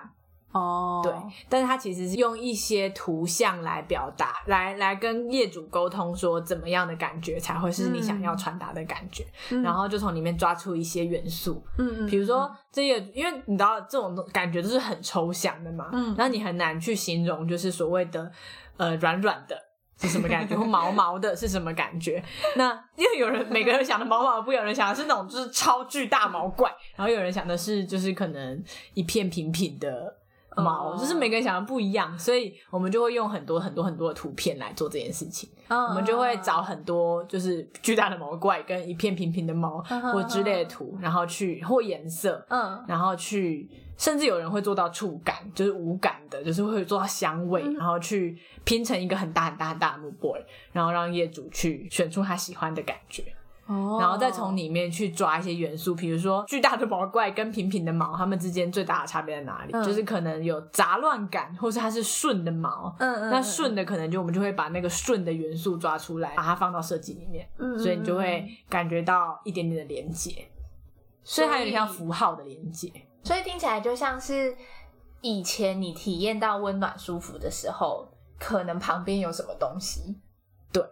Speaker 3: 哦，
Speaker 2: 对。但是它其实是用一些图像来表达，来来跟业主沟通说怎么样的感觉才会是你
Speaker 3: 嗯
Speaker 2: 想要传达的感觉，
Speaker 3: 嗯
Speaker 2: 然后就从里面抓出一些元素，
Speaker 3: 嗯嗯，
Speaker 2: 比如说这个，因为你知道这种感觉都是很抽象的嘛，
Speaker 3: 嗯
Speaker 2: 然后你很难去形容，就是所谓的呃软软的。是什么感觉，或毛毛的是什么感觉？那因为有人每个人想的毛毛不，有人想的是那种就是超巨大毛怪，然后有人想的是就是可能一片平平的毛，
Speaker 3: 哦
Speaker 2: 就是每个人想的不一样，所以我们就会用很多很多很多的图片来做这件事情。
Speaker 3: 嗯
Speaker 2: 我们就会找很多就是巨大的毛怪跟一片平平的毛
Speaker 3: 嗯哼
Speaker 2: 或之类的图，然后去或颜色，
Speaker 3: 嗯
Speaker 2: 然后去甚至有人会做到触感，就是无感的，就是会做到香味，
Speaker 3: 嗯
Speaker 2: 然后去拼成一个很大很大很大的木 board，然后让业主去选出他喜欢的感觉，
Speaker 3: 哦
Speaker 2: 然后再从里面去抓一些元素，比如说巨大的毛怪跟平平的毛，它们之间最大的差别在哪里？
Speaker 3: 嗯
Speaker 2: 就是可能有杂乱感，或是它是顺的毛，
Speaker 3: 嗯嗯，
Speaker 2: 那
Speaker 3: 嗯
Speaker 2: 顺的可能就我们就会把那个顺的元素抓出来，把它放到设计里面，
Speaker 3: 嗯嗯
Speaker 2: 所以你就会感觉到一点点的连接，所以它有点像符号的连接。
Speaker 3: 所以听起来就像是以前你体验到温暖舒服的时候，可能旁边有什么东西，
Speaker 2: 对，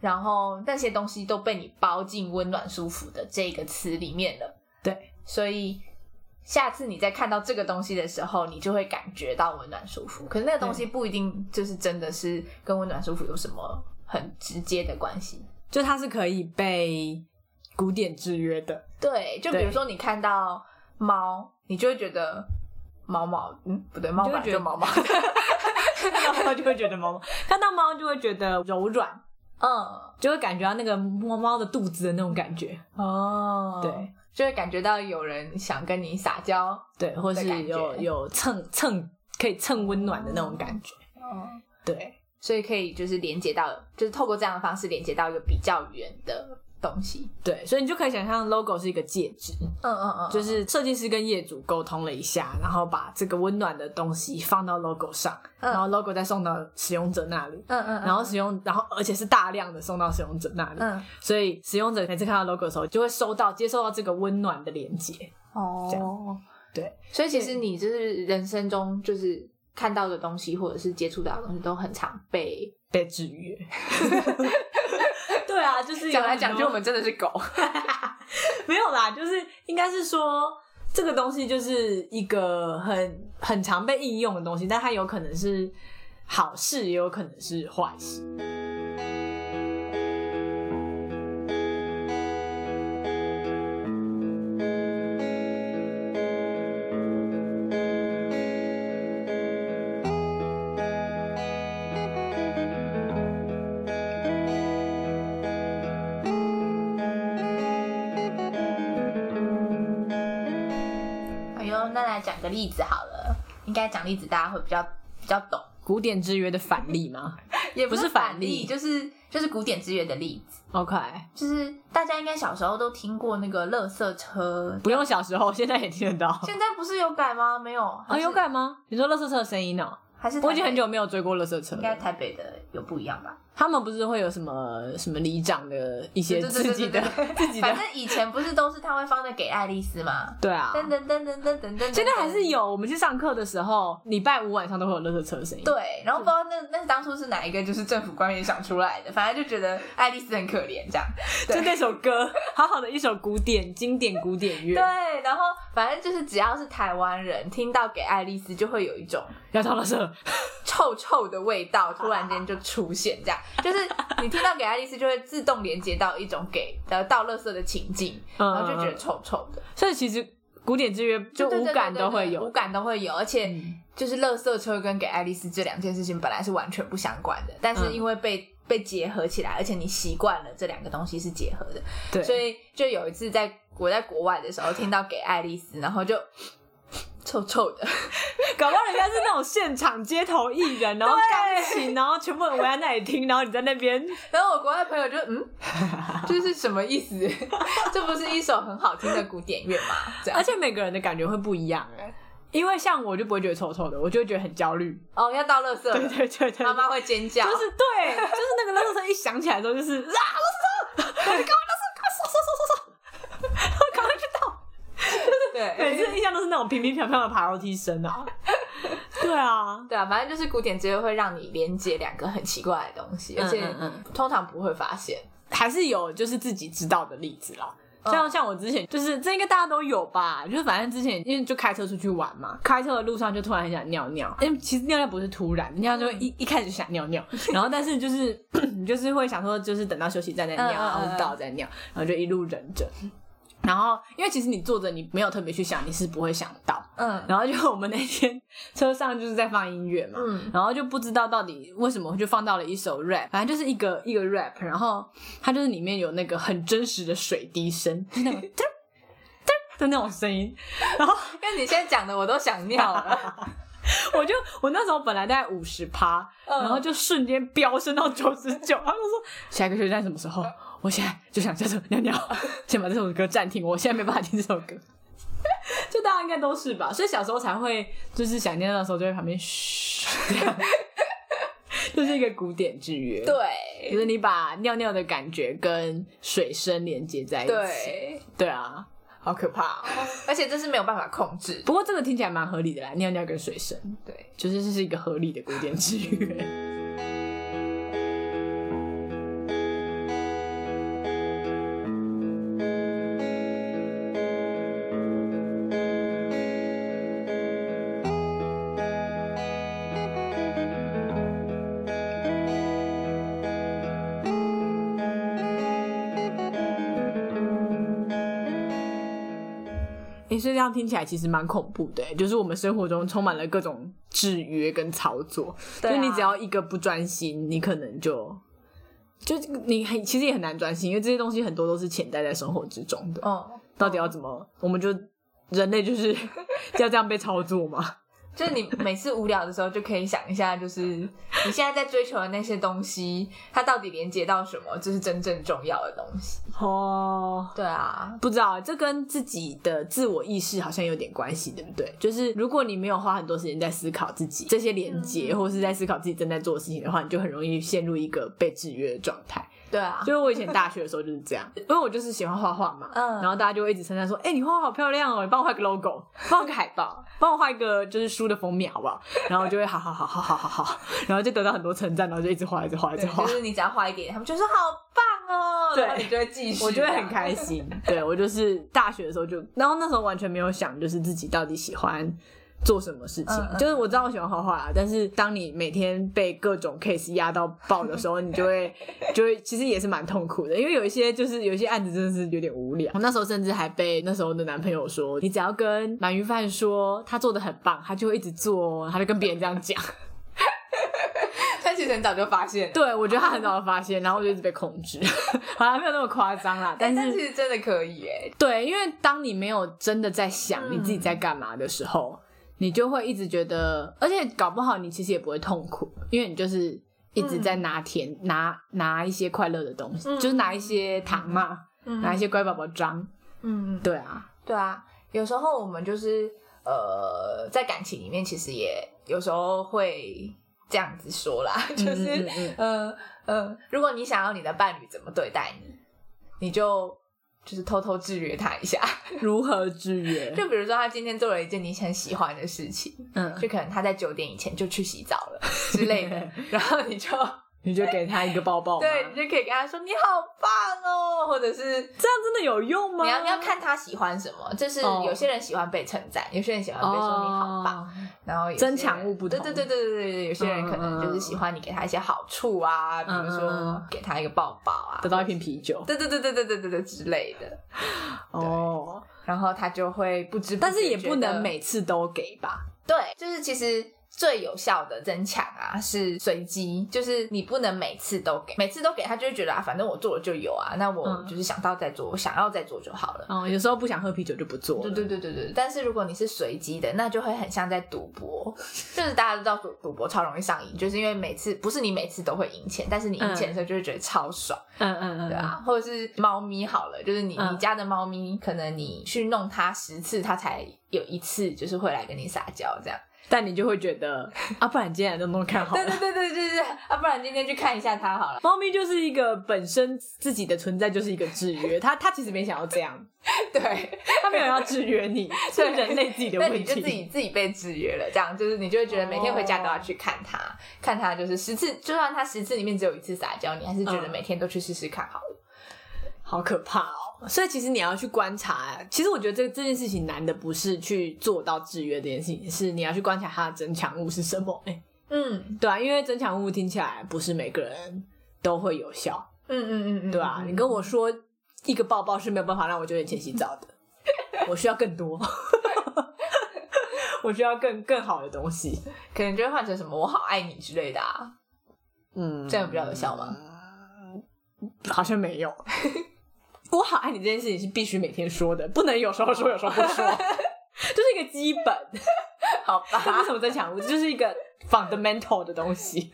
Speaker 3: 然后那些东西都被你包进温暖舒服的这个词里面了，
Speaker 2: 对，
Speaker 3: 所以。下次你再看到这个东西的时候，你就会感觉到温暖舒服。可是那个东
Speaker 2: 嗯
Speaker 3: 西不一定就是真的是跟温暖舒服有什么很直接的关系。
Speaker 2: 就它是可以被古典制约的，
Speaker 3: 对，就比如说你看到猫，你就会觉得毛毛，嗯，不对，猫
Speaker 2: 就会
Speaker 3: 本来
Speaker 2: 觉
Speaker 3: 就
Speaker 2: 得
Speaker 3: 毛毛，
Speaker 2: 看到猫就会觉得毛毛，看到猫就会觉得柔软，
Speaker 3: 嗯，
Speaker 2: 就会感觉到那个摸猫的肚子的那种感觉，
Speaker 3: 哦，
Speaker 2: 对，
Speaker 3: 就会感觉到有人想跟你撒娇。
Speaker 2: 对，或
Speaker 3: 的感
Speaker 2: 是
Speaker 3: 觉
Speaker 2: 有有蹭蹭可以蹭温暖的那种感觉，
Speaker 3: 哦，
Speaker 2: 对。
Speaker 3: 所以可以就是连接到，就是透过这样的方式连接到一个比较远的东西。
Speaker 2: 对，所以你就可以想象，logo 是一个介质，
Speaker 3: 嗯嗯嗯，
Speaker 2: 就是是设计师跟业主沟通了一下，然后把这个温暖的东西放到 logo 上，
Speaker 3: 嗯
Speaker 2: 然后 logo 再送到使用者那里，
Speaker 3: 嗯嗯，
Speaker 2: 然后使用，然后而且是大量的送到使用者那里，
Speaker 3: 嗯
Speaker 2: 所以使用者每次看到 logo 的时候，就会收到接收到这个温暖的连接。这
Speaker 3: 哦，
Speaker 2: 对，
Speaker 3: 所以其实你就是人生中就是看到的东西，或者是接触到的东西，都很常被
Speaker 2: 被制 约，对啊，就是有
Speaker 3: 讲来
Speaker 2: 很多
Speaker 3: 讲去，我们真的是狗。
Speaker 2: 没有啦，就是应该是说这个东西就是一个很很常被应用的东西，但它有可能是好事，也有可能是坏事。
Speaker 3: 哎呦，那来讲个例子好了，应该讲例子大家会比较比较懂，
Speaker 2: 古典制约的反例吗
Speaker 3: 也
Speaker 2: 不是
Speaker 3: 反
Speaker 2: 反例
Speaker 3: 就是就是古典之源的例子。
Speaker 2: ？OK，
Speaker 3: 就是大家应该小时候都听过那个垃圾车，
Speaker 2: 不用小时候，现在也听得到。
Speaker 3: 现在不是有改吗？没有，
Speaker 2: 哦啊，有
Speaker 3: 改。
Speaker 2: 改吗？你说垃圾车的声音哦、
Speaker 3: 还是台北
Speaker 2: 我已经很久没有追过垃圾车
Speaker 3: 应
Speaker 2: 了，
Speaker 3: 该台北的有不一样吧？
Speaker 2: 他们不是会有什么什么里长的一些
Speaker 3: 对对对
Speaker 2: 自己的
Speaker 3: 对对
Speaker 2: 自己的
Speaker 3: 反，正以前不是都是他会放那给爱丽丝吗？
Speaker 2: 对啊。
Speaker 3: 噔噔噔噔噔噔噔，
Speaker 2: 现在还是有，我们去上课的时候，礼拜五晚上都会有垃圾车的声音。
Speaker 3: 对，然后不知道那那当初是哪一个，就是政府官员想出来的，反正就觉得爱丽丝很可怜这样。
Speaker 2: 就那首歌，好好的一首古典经典古典乐，
Speaker 3: 对，然后反正就是只要是台湾人听到给爱丽丝，就会有一种
Speaker 2: 要到垃圾，
Speaker 3: 臭臭的味道突然间就出现，这样就是你听到给爱丽丝就会自动连接到一种给呃倒垃圾的情境，
Speaker 2: 嗯
Speaker 3: 然后就觉得臭臭的，
Speaker 2: 所以其实古典之乐就
Speaker 3: 对
Speaker 2: 五
Speaker 3: 对对
Speaker 2: 感
Speaker 3: 对
Speaker 2: 都
Speaker 3: 对
Speaker 2: 会有
Speaker 3: 五。感都会有，而且
Speaker 2: 嗯
Speaker 3: 就是垃圾车跟给爱丽丝这两件事情本来是完全不相关的，但是
Speaker 2: 嗯
Speaker 3: 因为被、被结合起来，而且你习惯了这两个东西是结合的，
Speaker 2: 对，
Speaker 3: 所以就有一次在我在国外的时候听到给爱丽丝，然后就臭臭的。
Speaker 2: 搞不好人家是那种现场街头艺人，然后钢琴，然后全部人围在那里听，然后你在那边，
Speaker 3: 然后我国外朋友就嗯，这是什么意思？ 这不是一首很好听的古典乐吗？这样，
Speaker 2: 而且每个人的感觉会不一样哎、因为像我就不会觉得臭臭的，我就会觉得很焦虑。
Speaker 3: 哦，要到垃圾
Speaker 2: 对
Speaker 3: 了，
Speaker 2: 对对对，
Speaker 3: 妈妈会尖叫，
Speaker 2: 就是对，就是那个垃圾车一响起来的时候，就是啊，
Speaker 3: 对。
Speaker 2: 垃圾，赶快垃圾，赶快扫扫扫扫扫，赶快去倒。每次印象都是那种平平飘飘的爬楼梯声啊。对啊，
Speaker 3: 对啊，反正就是古典之乐会让你连接两个很奇怪的东西，而且
Speaker 2: 嗯嗯
Speaker 3: 通常不会发现。
Speaker 2: 还是有就是自己知道的例子啦。
Speaker 3: 嗯
Speaker 2: 像像我之前就是这应该大家都有吧，就是反正之前因为就开车出去玩嘛，开车的路上就突然很想尿尿，因为其实尿尿不是突然，尿
Speaker 3: 嗯
Speaker 2: 就会一一开始就想 尿尿，然后但是就是 你就是会想说就是等到休息站再尿，
Speaker 3: 嗯嗯嗯
Speaker 2: 然后到再尿，然后就一路忍着。然后，因为其实你坐着，你没有特别去想，你是不会想到。
Speaker 3: 嗯
Speaker 2: 然后就我们那天车上就是在放音乐嘛，
Speaker 3: 嗯
Speaker 2: 然后就不知道到底为什么就放到了一首 rap，反正就是一个一个 rap，然后它就是里面有那个很真实的水滴声，就是那种 嘚儿嘚儿的那种声音。然后
Speaker 3: 跟你现在讲的我都想尿 了。
Speaker 2: 我就我那时候本来大概五十趴，
Speaker 3: 嗯
Speaker 2: 然后就瞬间飙升到九十九，他就说下一个车站什么时候？我现在就想下车尿尿， 先把这首歌暂停，我现在没办法听这首歌。就大家应该都是吧，所以小时候才会就是想念的时候就会旁边嘘，这 样就是一个古典制约。，就
Speaker 3: 对
Speaker 2: 是你把尿尿的感觉跟水声连接在一起。，
Speaker 3: 对，
Speaker 2: 对啊，好可怕哦、
Speaker 3: 而且这是没有办法控制。
Speaker 2: 不过这个听起来蛮合理的啦，尿尿跟水声。
Speaker 3: 对，
Speaker 2: 就是这是一个合理的古 典制约。诶，所以这样听起来其实蛮恐怖的，就是我们生活中充满了各种制约跟操作，
Speaker 3: 对啊
Speaker 2: 就你只要一个不专心，你可能就就你很其实也很难专心，因为这些东西很多都是潜在在生活之中的。
Speaker 3: 嗯，
Speaker 2: 到底要怎么？我们就人类就是 要这样被操 作吗？
Speaker 3: 就是你每次无聊的时候，就可以想一下，就是你现在在追求的那些东西，它到底连接到什么，这是真正重要的东西。
Speaker 2: 哦。
Speaker 3: 对啊，
Speaker 2: 不知道，这跟自己的自我意识好像有点关系，对不对？就是如果你没有花很多时间在思考自己这些连接，或是在思考自己正在做的事情的话，你就很容易陷入一个被制约的状态。
Speaker 3: 对啊，
Speaker 2: 就是我以前大学的时候就是这样，因为我就是喜欢画画嘛，
Speaker 3: 嗯
Speaker 2: 然后大家就会一直称赞说：“哎、你画画好漂亮哦，你帮我画个 logo，帮我个海报，帮我画一个就是书的封面好不好？”然后我就会好好好好好好好，然后就得到很多称赞，然后就一直画，一直画，一直
Speaker 3: 对，
Speaker 2: 画
Speaker 3: 就。是你只要画一点，他们就说好棒哦，
Speaker 2: 对
Speaker 3: 然后你就会继续，
Speaker 2: 我就会很开
Speaker 3: 心。
Speaker 2: 心，对我就是大学的时候就，然后那时候完全没有想，就是自己到底喜欢做什么事情。
Speaker 3: 嗯嗯
Speaker 2: 就是我知道我喜欢画画啦，但是当你每天被各种 case 压到爆的时候，你就会就会其实也是蛮痛苦的，因为有一些就是有一些案子真的是有点无聊。我那时候甚至还被那时候的男朋友说，你只要跟鳗鱼饭说他做的很棒，他就会一直做哦，他就跟别人这样讲。
Speaker 3: 但其实很早就发现了，
Speaker 2: 对我觉得他很早发现，然后我就一直被控制。 好啦，没有那么夸张啦，但
Speaker 3: 但
Speaker 2: 是
Speaker 3: 其实真的可以哎，
Speaker 2: 对，因为当你没有真的在想
Speaker 3: 嗯
Speaker 2: 你自己在干嘛的时候，你就会一直觉得，而且搞不好你其实也不会痛苦，因为你就是一直在拿甜、拿拿一些快乐的东西，
Speaker 3: 嗯
Speaker 2: 就是拿一些糖嘛，
Speaker 3: 嗯
Speaker 2: 拿一些乖宝宝章。
Speaker 3: 嗯，
Speaker 2: 对啊，
Speaker 3: 对啊，有时候我们就是。呃，在感情里面其实也有时候会这样子说啦，就是
Speaker 2: 嗯嗯
Speaker 3: 呃呃，如果你想要你的伴侣怎么对待你，你就就是偷偷制约他一下。
Speaker 2: 嗯如何制 约？
Speaker 3: 就比如说，他今天做了一件你很喜欢的事情，
Speaker 2: 嗯，
Speaker 3: 就可能他在九点以前就去洗澡了之类 的，然后你就
Speaker 2: 你就给他一个抱抱吗。
Speaker 3: 对，你就可以跟他说你好棒哦，或者是
Speaker 2: 这样真的有用吗？
Speaker 3: 你要你要看他喜欢什么，就是
Speaker 2: 哦
Speaker 3: 有些人喜欢被称赞，有些人喜欢
Speaker 2: 哦，
Speaker 3: 被说你好棒，然后有些人
Speaker 2: 增强物不同嗯
Speaker 3: 对对对对对对，有些人可能就是喜欢你给他一些好处啊，比如
Speaker 2: 嗯嗯
Speaker 3: 说
Speaker 2: 嗯
Speaker 3: 给他一个抱抱啊
Speaker 2: 得，到一瓶啤酒
Speaker 3: 对对对对对对对对之类的，
Speaker 2: 哦，
Speaker 3: 然后他就会不知不觉觉得，
Speaker 2: 但是也不能每次都给吧？
Speaker 3: 对，就是其实。最有效的增强啊，是随机，就是你不能每次都给，每次都给他就会觉得啊，反正我做了就有啊，那我
Speaker 2: 嗯
Speaker 3: 就是想到再做，我想要再做就好了。
Speaker 2: 嗯，有时候不想喝啤酒就不做了。
Speaker 3: 对对对对对，但是如果你是随机的，那就会很像在赌博， 就是大家都知道赌赌博超容易上瘾，就是因为每次不是你每次都会赢钱，但是你赢钱的时候就会觉得超爽，
Speaker 2: 嗯嗯嗯，
Speaker 3: 对啊，或者是猫咪好了，就是你、
Speaker 2: 嗯
Speaker 3: 你家的猫咪，可能你去弄它十次，它才有一次就是会来跟你撒娇这样。
Speaker 2: 但你就会觉 得啊，不然今天来弄弄看好
Speaker 3: 对
Speaker 2: 了。
Speaker 3: 对对对对对，啊，不然今天去看一下它好了。
Speaker 2: 猫咪就是一个本身自己的存在就是一个制 约，它它其实没想要这 样，
Speaker 3: 对，
Speaker 2: 它没有要制约你，是
Speaker 3: 对
Speaker 2: 人类自己的
Speaker 3: 那
Speaker 2: 问
Speaker 3: 你就
Speaker 2: 题。
Speaker 3: 自己自己被制约了，这样就是你就会觉得每天回家都要去看他，看他就是十次，就算他十次里面只有一次撒娇，你还是觉得
Speaker 2: 嗯
Speaker 3: 每天都去试试看好了。
Speaker 2: 好可怕哦！所以其实你要去观察，其实我觉得这这件事情难的不是去做到制约这件事情，是你要去观察它的增强物是什么。哎、
Speaker 3: 嗯
Speaker 2: 对啊，因为增强物听起来不是每个人都会有效，
Speaker 3: 嗯嗯嗯嗯，
Speaker 2: 对啊，你跟我说一个抱抱是没有办法让我九点前洗澡的，我需要更多， 我需要更更好的东西。
Speaker 3: 可能就会换成什么“我好爱你”之类的啊，
Speaker 2: 嗯，
Speaker 3: 这样比较有效吗？
Speaker 2: 好像没有。 我好爱你这件事情是必须每天说的，不能有时候说，有时候不说， 就是一个基 本。
Speaker 3: 好
Speaker 2: 这不
Speaker 3: 吧
Speaker 2: 是，什么增强物，这就是一个 fundamental 的东 西。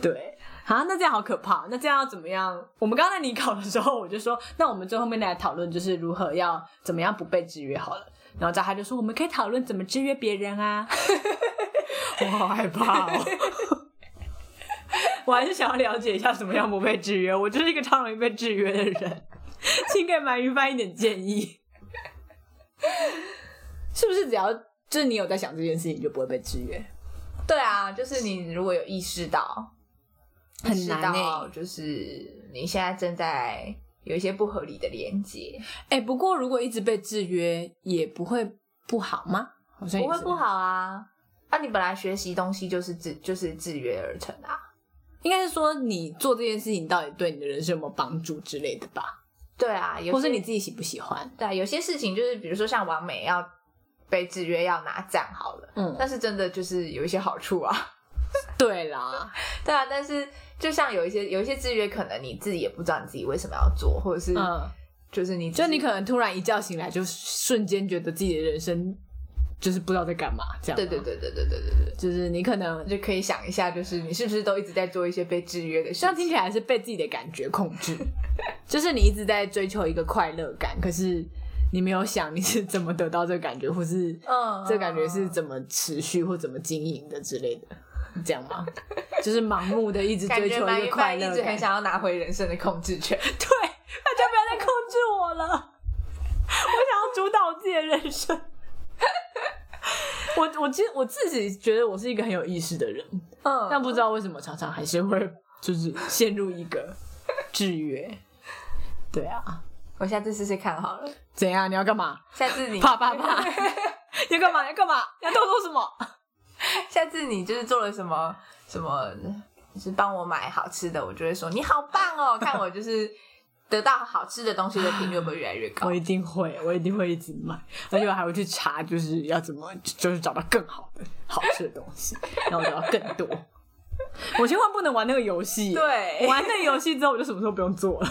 Speaker 2: 对，好，那这样好可怕。那这样要怎么样？我们刚刚在拟考的时候，我就说，那我们最后面来讨论，就是如何要怎么样不被制约好了。然后扎哈就说，我们可以讨论怎么制约别人啊。 我好害怕哦。我还是想要了解一下怎么样不被制约。我就是一个超容易被制约的人，请给鳗鱼翻一点建议。 是不是只要就是你有在想这件事情，你就不会被制约？
Speaker 3: 对啊，就是你如果有意识到，
Speaker 1: 很难
Speaker 3: 意识
Speaker 1: 哎、
Speaker 3: 到欸就是你现在正在有一些不合理的连接，
Speaker 2: 哎、不过如果一直被制约，也不会不好吗？好像也
Speaker 3: 不
Speaker 2: 是
Speaker 3: 会不，好啊。啊，你本来学习东西就是制就是制约而成啊。
Speaker 2: 应该是说你做这件事情到底对你的人生有没有帮助之类的吧，
Speaker 3: 对啊，有
Speaker 2: 或
Speaker 3: 些
Speaker 2: 是你自己喜不喜欢？
Speaker 3: 对啊，有些事情就是比如说像完美要被制约要拿赞好了，
Speaker 2: 嗯，
Speaker 3: 但是真的就是有一些好处啊。
Speaker 2: 对啦，
Speaker 3: 对啊，但是就像有一些有一些制约，可能你自己也不知道你自己为什么要做，或者是
Speaker 2: 嗯，
Speaker 3: 就是你自己
Speaker 2: 就你可能突然一觉醒来，就瞬间觉得自己的人生就是不知道在干嘛，这样。
Speaker 3: 对对，对对对对对对。
Speaker 2: 就是你可能
Speaker 3: 就可以想一下，就是你是不是都一直在做一些被制约的事
Speaker 2: 这样
Speaker 3: 情？
Speaker 2: 听起来是被自己的感觉控制， 就是你一直在追求一个快乐感，可是你没有想你是怎么得到这个感觉，或是
Speaker 3: 嗯
Speaker 2: 这个感觉是怎么持续或怎么经营的之类的，这样吗？ 就是盲目的一直
Speaker 3: 感
Speaker 2: 追
Speaker 3: 觉
Speaker 2: 求
Speaker 3: 蛮
Speaker 2: 一个快乐
Speaker 3: 一直
Speaker 2: 感，
Speaker 3: 很想要拿回人生的控制 权。
Speaker 2: 对，大家不要再控制我了，我 想要主导自己的人生。 我我其实我自己觉得我是一个很有意识的人，
Speaker 3: 嗯
Speaker 2: 但不知道为什么常常还是会就是陷入一个制约。对啊，
Speaker 3: 我下次试试看好了。
Speaker 2: 怎样？你要干嘛？
Speaker 3: 下次你
Speaker 2: 怕怕怕！ 要干嘛？要干嘛？要动动什么？
Speaker 3: 下次你就是做了什么什么，就是帮我买好吃的，我就会说你好棒 哦，看我就是得到好吃的东西的频率会不会越来越高
Speaker 2: 我。一定会，我一定会一直买，而且我还会去查，就是要怎么，就是找到更好的、好吃的东西，然后找到更多。我千万不能玩那个游戏，，
Speaker 3: 对，
Speaker 2: 玩那个游戏之后我就什么时候不用做了，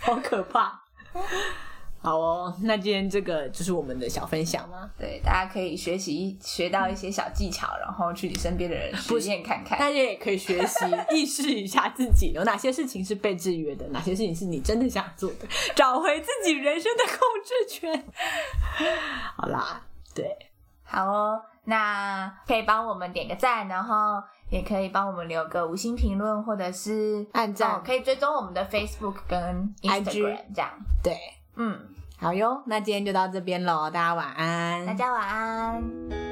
Speaker 2: 好可怕。好哦，那今天这个就是我们的小分享吗？
Speaker 3: 对，大家可以学习学到一些小技巧，然后去你身边的人实验看看。
Speaker 2: 大家也可以学习意识一下自己有哪些事情是被制约的，哪些事情是你真的想做的，找回自己人生的控制权。好啦，对，
Speaker 3: 好哦，那可以帮我们点个赞，然后也可以帮我们留个五星评论，或者是
Speaker 2: 按赞
Speaker 3: 哦可以追踪我们的 Facebook 跟 Instagram 这样。
Speaker 2: 对，
Speaker 3: 嗯，
Speaker 2: 好哟，那今天就到这边喽，大家晚安，
Speaker 3: 大家晚安。